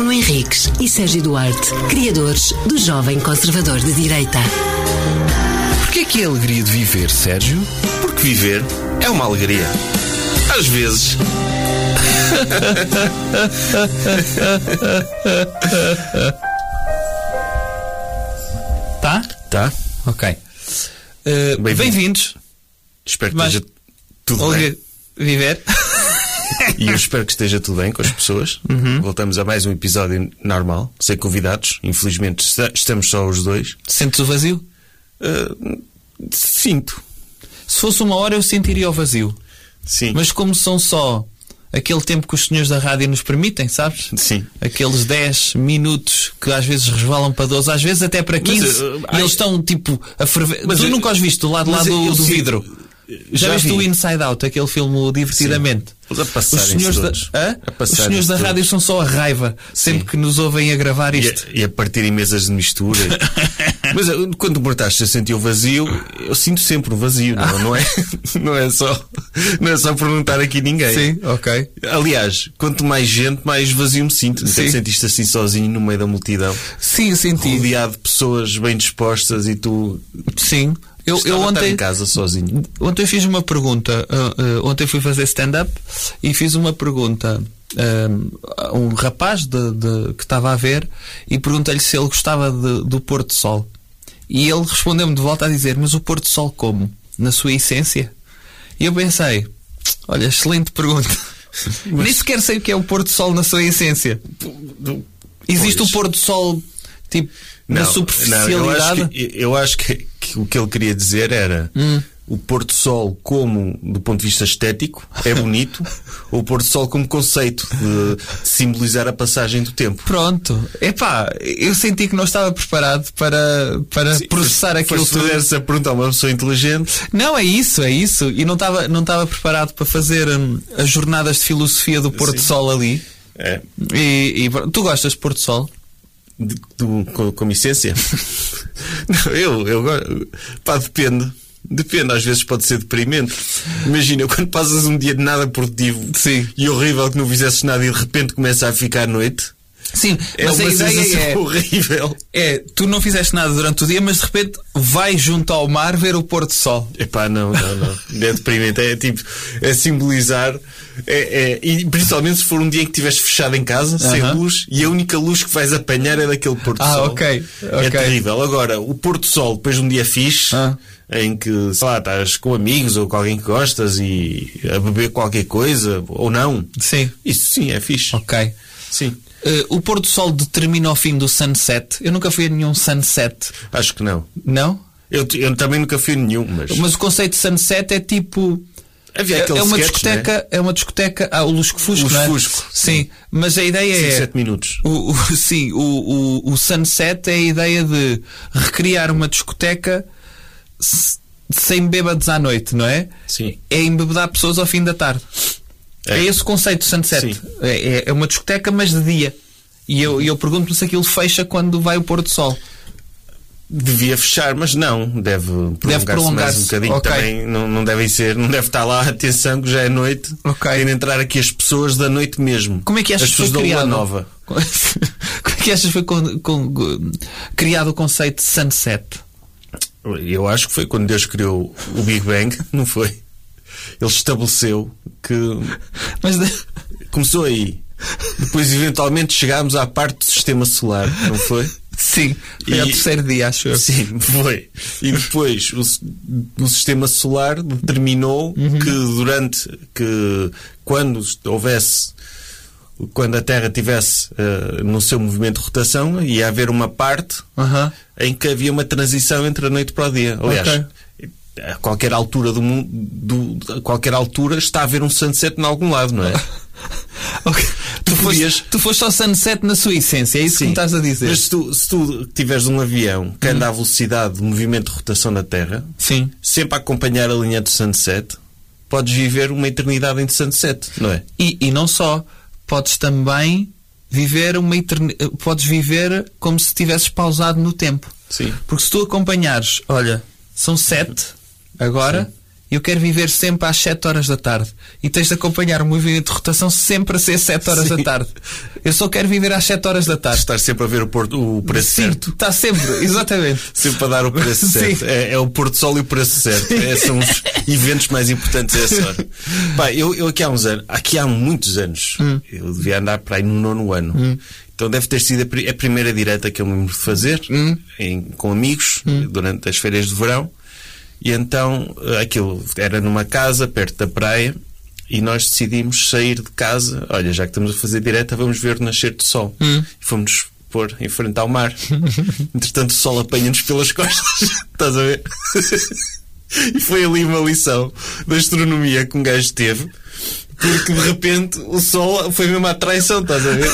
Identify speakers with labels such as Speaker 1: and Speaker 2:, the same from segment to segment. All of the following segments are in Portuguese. Speaker 1: Martins e Sérgio Duarte, criadores do Jovem Conservador de Direita.
Speaker 2: Porquê é que é a alegria de viver, Sérgio?
Speaker 3: Porque viver é uma alegria. Às vezes.
Speaker 4: Tá?
Speaker 3: Tá?
Speaker 4: Ok. Uh,
Speaker 3: Bem-vindo.
Speaker 4: Bem-vindos.
Speaker 3: Espero que
Speaker 4: Mas-
Speaker 3: esteja tudo
Speaker 4: Olga
Speaker 3: bem.
Speaker 4: Viver.
Speaker 3: E eu espero que esteja tudo bem com as pessoas.
Speaker 4: Uhum.
Speaker 3: Voltamos a mais um episódio normal, sem convidados. Infelizmente esta- estamos só os dois.
Speaker 4: Sentes o vazio?
Speaker 3: Uh, sinto.
Speaker 4: Se fosse uma hora eu sentiria o vazio.
Speaker 3: Sim.
Speaker 4: Mas como são só aquele tempo que os senhores da rádio nos permitem, sabes?
Speaker 3: Sim.
Speaker 4: Aqueles 10 minutos que às vezes resvalam para 12, às vezes até para 15.
Speaker 3: eu-
Speaker 4: e
Speaker 3: eh, ai-
Speaker 4: eles estão tipo a ferver. Mas tu
Speaker 3: eu-
Speaker 4: nunca os viste do lado lá
Speaker 3: mas eu-
Speaker 4: do,
Speaker 3: eu
Speaker 4: do
Speaker 3: sinto-
Speaker 4: vidro. Já,
Speaker 3: Já
Speaker 4: viste
Speaker 3: vi.
Speaker 4: o Inside Out, aquele filme o divertidamente.
Speaker 3: Eles a passarem-se
Speaker 4: da,
Speaker 3: todos.
Speaker 4: Hã?
Speaker 3: A
Speaker 4: os
Speaker 3: passarem-se
Speaker 4: senhores da
Speaker 3: todos.
Speaker 4: rádio são só a raiva sempre que nos ouvem a gravar
Speaker 3: E
Speaker 4: isto.
Speaker 3: a, e a partir em mesas de mistura. Mas uh, quando me perguntaste se eu senti o vazio, eu sinto sempre o vazio, não, não é? Não é só, não é só perguntar aqui ninguém.
Speaker 4: Sim, ok.
Speaker 3: Aliás, quanto mais gente, mais vazio me sinto. Nunca
Speaker 4: Sim.
Speaker 3: te sentiste assim sozinho no meio da multidão,
Speaker 4: Sim, senti.
Speaker 3: rodeado de pessoas bem dispostas e tu
Speaker 4: Sim. Eu,
Speaker 3: estava
Speaker 4: eu
Speaker 3: a estar
Speaker 4: ontem,
Speaker 3: em casa sozinho.
Speaker 4: ontem fiz uma pergunta. ah, ah, ontem fui fazer stand-up e fiz uma pergunta ah, a um rapaz de- de- que estava a ver e perguntei-lhe se ele gostava de- do pôr do sol. E ele respondeu-me de volta a dizer: Mas o pôr do sol como? Na sua essência? E eu pensei: Olha, excelente pergunta. Nem sequer sei o que é o pôr do sol na sua essência. Existe
Speaker 3: Pois.
Speaker 4: o pôr do sol tipo na
Speaker 3: Não, não, eu
Speaker 4: superficialidade?
Speaker 3: acho, que, eu acho que- que o que ele queria dizer era
Speaker 4: Hum.
Speaker 3: o Porto Sol como, do ponto de vista estético, é bonito, ou o Porto Sol como conceito de simbolizar a passagem do tempo.
Speaker 4: Pronto. Epá, eu senti que não estava preparado para, para processar aquilo
Speaker 3: Se
Speaker 4: tudo.
Speaker 3: fizeres a pergunta a uma pessoa inteligente,
Speaker 4: Não, é isso, é isso. E não estava não estava preparado para fazer hum, as jornadas de filosofia do Porto Sol ali.
Speaker 3: é,
Speaker 4: E, e pr- tu gostas de Porto Sol?
Speaker 3: de- do- com, com licença. Não, eu, eu go- pá, depende. Depende, às vezes pode ser deprimente. Imagina, quando passas um dia de nada produtivo
Speaker 4: Sim.
Speaker 3: e horrível que não fizesses nada e de repente começa a ficar noite.
Speaker 4: Sim,
Speaker 3: É
Speaker 4: mas a
Speaker 3: uma
Speaker 4: ideia
Speaker 3: sensação
Speaker 4: é,
Speaker 3: horrível.
Speaker 4: é, tu não fizeste nada durante o dia, mas de repente vais junto ao mar ver o Porto Sol.
Speaker 3: Epá, não, não, não. É deprimente. É tipo, é simbolizar. É, é- e principalmente se for um dia em que estiveres fechado em casa, sem
Speaker 4: Aham.
Speaker 3: luz, e a única luz que vais apanhar é daquele
Speaker 4: Ah,
Speaker 3: Porto-Sol.
Speaker 4: ok,
Speaker 3: É
Speaker 4: ok.
Speaker 3: terrível. Agora, o Porto-Sol, depois de um dia fixe,
Speaker 4: Ah.
Speaker 3: em que, sei lá, estás com amigos ou com alguém que gostas e a beber qualquer coisa, ou não.
Speaker 4: Sim.
Speaker 3: Isso sim, é fixe.
Speaker 4: Ok.
Speaker 3: Sim.
Speaker 4: Eh, o Porto Sol determina o fim do sunset. Eu nunca fui a nenhum sunset,
Speaker 3: Acho que não.
Speaker 4: não?
Speaker 3: Eu, eu também nunca fui a nenhum, mas.
Speaker 4: Mas o conceito de sunset é tipo.
Speaker 3: Havia
Speaker 4: é,
Speaker 3: aquele
Speaker 4: é uma
Speaker 3: sketch, né?
Speaker 4: discoteca, é uma discoteca, ah, o Lusco Fusco, não é?
Speaker 3: Lusco-fusco.
Speaker 4: Sim, mas a ideia
Speaker 3: Sim,
Speaker 4: é
Speaker 3: sete minutos.
Speaker 4: o, o- sim, o, o, o sunset é a ideia de recriar uma discoteca se- sem bêbados à noite, não é?
Speaker 3: Sim.
Speaker 4: É embebedar pessoas ao fim da tarde. É,
Speaker 3: É.
Speaker 4: esse o conceito de sunset.
Speaker 3: Sim.
Speaker 4: É, é- é uma discoteca, mas de dia. E eu, e eu pergunto-me se aquilo fecha quando vai o pôr do sol.
Speaker 3: Devia fechar, mas não, deve prolongar-se mais
Speaker 4: prolongar-se,
Speaker 3: um bocadinho
Speaker 4: ok.
Speaker 3: também. Não, não devem ser, não deve estar lá, atenção que já é noite.
Speaker 4: Ok.
Speaker 3: Tem de entrar aqui as pessoas da noite mesmo.
Speaker 4: Como é que
Speaker 3: as
Speaker 4: achas que foi
Speaker 3: pessoas da Lua
Speaker 4: criado?
Speaker 3: Nova?
Speaker 4: Como é que achas que foi con- con- criado o conceito de sunset?
Speaker 3: Eu acho que foi quando Deus criou o Big Bang, não foi? Ele estabeleceu que
Speaker 4: Mas de-
Speaker 3: começou aí. Depois, eventualmente, chegámos à parte do sistema solar, não foi?
Speaker 4: sim, foi
Speaker 3: E-
Speaker 4: ao terceiro dia, acho eu.
Speaker 3: Sim, foi. E depois o, s- o sistema solar determinou
Speaker 4: Uhum.
Speaker 3: que durante que quando est- houvesse quando a Terra tivesse eh, no seu movimento de rotação ia haver uma parte
Speaker 4: Aham.
Speaker 3: em que havia uma transição entre a noite para o dia. Aliás, a qualquer altura do mundo, do- a qualquer altura está a haver um sunset em algum lado, não é?
Speaker 4: Ok. Tu,
Speaker 3: podias-
Speaker 4: foste, tu foste ao sunset na sua essência, é isso que me estás a dizer? Uhum.
Speaker 3: Mas se tu, se tu tiveres um avião que anda à velocidade do movimento de rotação da Terra,
Speaker 4: Sim.
Speaker 3: sempre a acompanhar a linha do Sunset, podes viver uma eternidade em Sunset, não é?
Speaker 4: E, e não só, podes também viver uma eternidade. Podes viver como se estivesses pausado no tempo.
Speaker 3: Sim.
Speaker 4: Porque se tu acompanhares, olha, são sete agora eu quero viver sempre às 7 horas da tarde. E tens de acompanhar o movimento de rotação sempre a ser 7 horas da tarde. Eu só quero viver às 7 horas da tarde.
Speaker 3: Estar sempre Tá a ver o, porto, o preço
Speaker 4: Sim,
Speaker 3: certo.
Speaker 4: está sempre, exatamente.
Speaker 3: Sempre a dar o preço
Speaker 4: Sim.
Speaker 3: certo. É, é o Porto Sol e o preço certo. É, são os eventos mais importantes a essa hora. Pá, eu, eu aqui há uns anos, aqui há muitos anos, eu devia andar para aí no nono ano. Então deve ter sido a, pri- a primeira direta que eu me lembro de fazer em- com amigos durante as férias de verão. E então eh, aquilo era numa casa perto da praia e nós decidimos sair de casa. Olha, já que estamos a fazer direta, vamos ver o nascer do sol. E fomos pôr em frente ao mar. Entretanto, o sol apanha-nos pelas costas. Estás a ver? e foi ali uma lição da astronomia que um gajo teve. Porque de repente o sol foi mesmo à traição, estás a ver?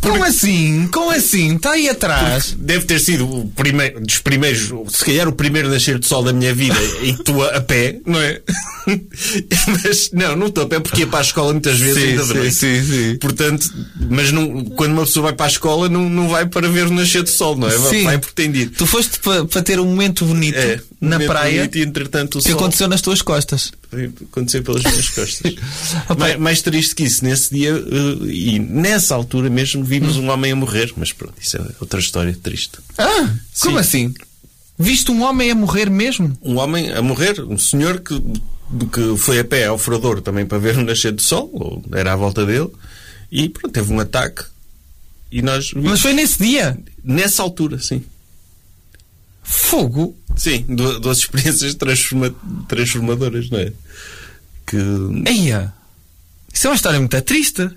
Speaker 4: Como assim? Como assim? Está aí atrás.
Speaker 3: Deve ter sido o primeiro, dos primeiros, se calhar o primeiro nascer do sol da minha vida e tu a, a pé, não é? mas não, não estou a pé porque ia para a escola muitas vezes
Speaker 4: Sim,
Speaker 3: ainda de
Speaker 4: sim,
Speaker 3: noite.
Speaker 4: sim, sim.
Speaker 3: Portanto, mas não, quando uma pessoa vai para a escola não, não vai para ver o nascer do sol, não é? Vai-
Speaker 4: Sim.
Speaker 3: Vai porque tem de ir.
Speaker 4: Tu foste para ter um momento bonito
Speaker 3: É,
Speaker 4: na
Speaker 3: momento
Speaker 4: praia
Speaker 3: bonito E entretanto o
Speaker 4: que
Speaker 3: sol
Speaker 4: aconteceu nas tuas costas.
Speaker 3: aconteceu pelas minhas costas. mais, mais triste que isso, nesse dia eh, e nessa altura mesmo
Speaker 4: Hum.
Speaker 3: vimos um homem a morrer, mas pronto, isso é outra história triste.
Speaker 4: Ah, como
Speaker 3: Sim.
Speaker 4: assim? Viste um homem a morrer mesmo?
Speaker 3: um homem a morrer, um senhor que, que foi a pé ao furador também para ver o nascer do sol, ou era à volta dele, e pronto, teve um ataque. E nós vimos
Speaker 4: Mas foi nesse dia.
Speaker 3: nessa altura, sim.
Speaker 4: Fogo.
Speaker 3: Sim, du- duas experiências transforma- transformadoras, não é? Que.
Speaker 4: Eia. Isso é uma história muito triste.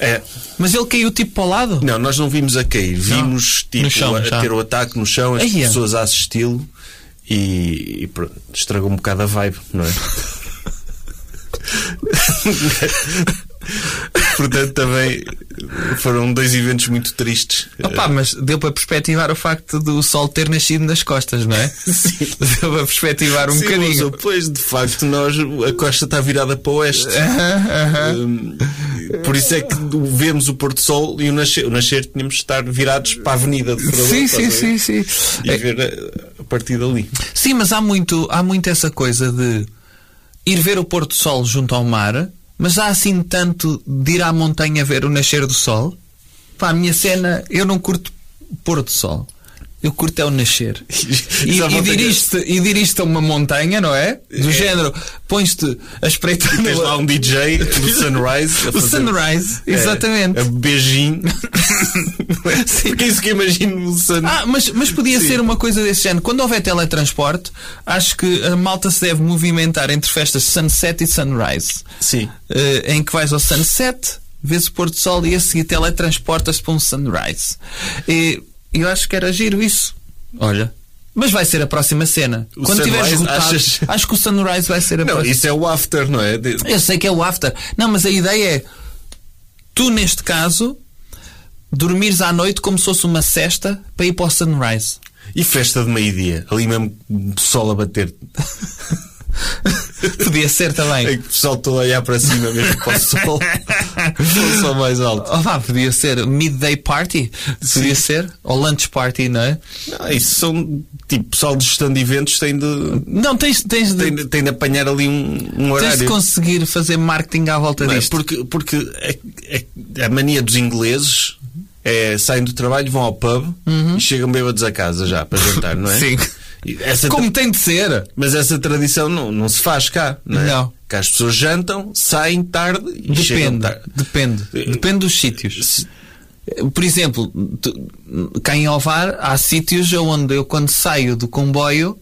Speaker 3: É.
Speaker 4: Mas ele caiu tipo para o lado.
Speaker 3: Não, nós não vimos a cair, vimos tipo,
Speaker 4: No chão,
Speaker 3: a,
Speaker 4: já. é.
Speaker 3: ter o ataque no chão, as
Speaker 4: Eia.
Speaker 3: pessoas a assisti-lo e, e pronto, estragou um bocado a vibe, não é? Portanto, também foram dois eventos muito tristes.
Speaker 4: Opa, mas deu para perspectivar o facto do sol ter nascido nas costas, não é? Sim. Deu para perspectivar um
Speaker 3: Sim, mas,
Speaker 4: bocadinho.
Speaker 3: pois, de facto, nós, a costa está virada para o oeste.
Speaker 4: É.
Speaker 3: Hum, Por isso é que vemos o pôr do sol e o nascer. O nascer tínhamos de estar virados para a avenida de Frador,
Speaker 4: Sim,
Speaker 3: estás a
Speaker 4: sim,
Speaker 3: ver?
Speaker 4: sim, É. sim.
Speaker 3: e ver a, a partir dali.
Speaker 4: Sim, mas há muito, há muito essa coisa de ir ver o pôr do sol junto ao mar, mas há assim tanto de ir à montanha ver o nascer do sol. Pá, a minha cena, eu não curto pôr do sol. Eu curto é o nascer. E,
Speaker 3: Só
Speaker 4: e
Speaker 3: montanha.
Speaker 4: diriste e diriste a uma montanha, não é? Do género, pões-te a espreitar
Speaker 3: Tens lá um DJ do Sunrise. a
Speaker 4: o
Speaker 3: fazer-
Speaker 4: sunrise,
Speaker 3: é,
Speaker 4: exatamente.
Speaker 3: A beijinho.
Speaker 4: Sim.
Speaker 3: Porque é isso que eu imagino o Sun.
Speaker 4: Ah, mas, mas podia
Speaker 3: Sim.
Speaker 4: ser uma coisa desse género. Quando houver teletransporte, acho que a malta se deve movimentar entre festas sunset e sunrise.
Speaker 3: Sim.
Speaker 4: Eh, em que vais ao sunset, vês o pôr do sol e a seguir teletransportas para um sunrise. E eu acho que era giro isso. Olha. Mas vai ser a próxima cena.
Speaker 3: O
Speaker 4: Quando tiveres
Speaker 3: sunrise,
Speaker 4: esgotado,
Speaker 3: achas?
Speaker 4: acho que o sunrise vai ser a
Speaker 3: Não,
Speaker 4: próxima.
Speaker 3: isso é o after, não é? De-
Speaker 4: Eu sei que é o after. Não, mas a ideia é tu, neste caso, dormires à noite como se fosse uma cesta para ir para o sunrise.
Speaker 3: E festa de meio-dia. Ali mesmo o sol a bater.
Speaker 4: Podia ser
Speaker 3: É
Speaker 4: também.
Speaker 3: que o pessoal todo a olhar para cima mesmo para o sol. Para o sol mais alto.
Speaker 4: Oh, vá, podia ser midday party. Podia ser. Ou lunch party, não é?
Speaker 3: Não, isso são. Tipo, pessoal de stand de eventos tem de.
Speaker 4: Não, tens, tens, de,
Speaker 3: Tem, de- tem de apanhar ali um, um
Speaker 4: tens de
Speaker 3: horário.
Speaker 4: conseguir fazer marketing à volta
Speaker 3: Não é?
Speaker 4: disto.
Speaker 3: Porque, porque é, a, a- a mania dos ingleses é saem do trabalho, vão ao pub e chegam bêbados a casa já para jantar, não é?
Speaker 4: Uhum. Sim.
Speaker 3: E Essa tra-
Speaker 4: Como tem de ser.
Speaker 3: Mas essa tradição não, não se faz cá, não é?
Speaker 4: Não.
Speaker 3: Cá as pessoas jantam, saem tarde e chegam
Speaker 4: Depende,
Speaker 3: tarde. Eh,
Speaker 4: depende. Depende dos sítios. Por exemplo, tu- cá em Ovar há sítios onde eu quando saio do comboio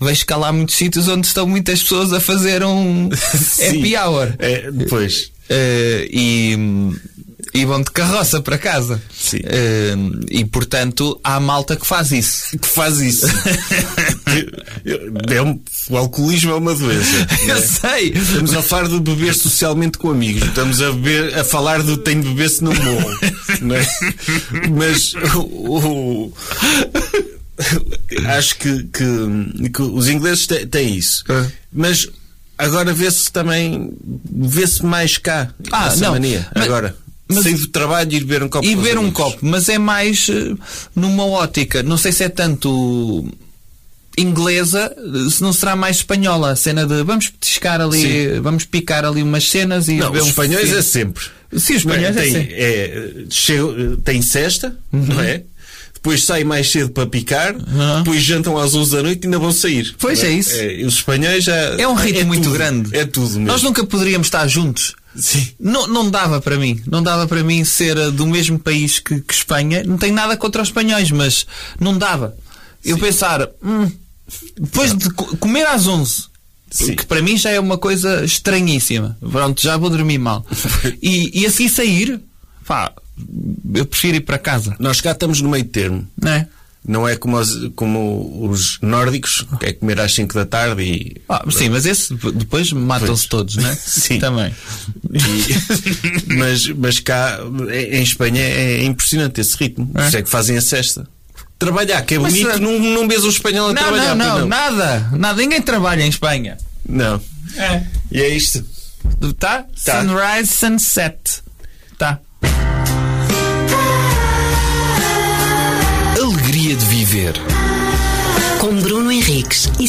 Speaker 4: vejo que há lá muitos sítios onde estão muitas pessoas a fazer um happy
Speaker 3: Sim.
Speaker 4: hour.
Speaker 3: É, depois.
Speaker 4: Eh, e, e vão de carroça para casa.
Speaker 3: Sim.
Speaker 4: Eh, e portanto há malta que faz isso.
Speaker 3: Que faz isso? é um, o alcoolismo é uma doença. não
Speaker 4: Eu
Speaker 3: é?
Speaker 4: sei!
Speaker 3: Estamos a falar de beber socialmente com amigos. Estamos a, beber- a falar do tenho de beber se não morro. não é? Mas o- o- acho que, que- que os ingleses te- têm isso.
Speaker 4: É.
Speaker 3: Mas agora vê-se também. Vê-se mais cá
Speaker 4: Ah,
Speaker 3: essa
Speaker 4: não.
Speaker 3: mania.
Speaker 4: Mas-
Speaker 3: agora.
Speaker 4: mas-
Speaker 3: Sair do trabalho e ir beber um copo
Speaker 4: e
Speaker 3: com os
Speaker 4: beber um
Speaker 3: amigos.
Speaker 4: copo, mas é mais eh, numa ótica. Não sei se é tanto inglesa, se não será mais espanhola, a cena de vamos petiscar ali,
Speaker 3: Sim.
Speaker 4: vamos picar ali umas cenas e
Speaker 3: Não,
Speaker 4: beber
Speaker 3: os
Speaker 4: um
Speaker 3: espanhóis
Speaker 4: fino.
Speaker 3: é sempre.
Speaker 4: Sim, os espanhóis é
Speaker 3: tem,
Speaker 4: Uhum. sempre.
Speaker 3: che- tem cesta, não é? Depois saem mais cedo para picar, depois jantam às 11 da noite e ainda vão sair.
Speaker 4: Pois
Speaker 3: Não
Speaker 4: é isso.
Speaker 3: os espanhóis já.
Speaker 4: É um ritmo muito
Speaker 3: tudo.
Speaker 4: grande.
Speaker 3: É tudo mesmo.
Speaker 4: Nós nunca poderíamos estar juntos.
Speaker 3: Sim.
Speaker 4: Não, não dava para mim. Não dava para mim ser eh, do mesmo país que, que Espanha. Não tenho nada contra os espanhóis, mas não dava. Eu pensar, hum, depois de co- comer às 11,
Speaker 3: Sim.
Speaker 4: que para mim já é uma coisa estranhíssima. Pronto, já vou dormir mal. e, e assim sair, pá, eu prefiro ir para casa.
Speaker 3: Nós cá estamos no meio termo.
Speaker 4: Não é?
Speaker 3: Não é como os, como os nórdicos, que é comer às 5 da tarde e.
Speaker 4: Ah, sim, mas esse depois matam-se todos, não é?
Speaker 3: Sim.
Speaker 4: Também.
Speaker 3: e- mas, mas cá, em Espanha, é impressionante esse ritmo. Por isso é que fazem a cesta. Trabalhar, que é
Speaker 4: Mas
Speaker 3: bonito,
Speaker 4: será-
Speaker 3: não, não vês o espanhol a
Speaker 4: Não,
Speaker 3: trabalhar.
Speaker 4: não,
Speaker 3: pois
Speaker 4: não,
Speaker 3: não.
Speaker 4: nada. Nada. Ninguém trabalha em Espanha.
Speaker 3: Não.
Speaker 4: É.
Speaker 3: E é isto.
Speaker 4: Tá? Sunrise, sunset. Tá.
Speaker 2: Alegria de viver.
Speaker 1: Com Bruno Henriques e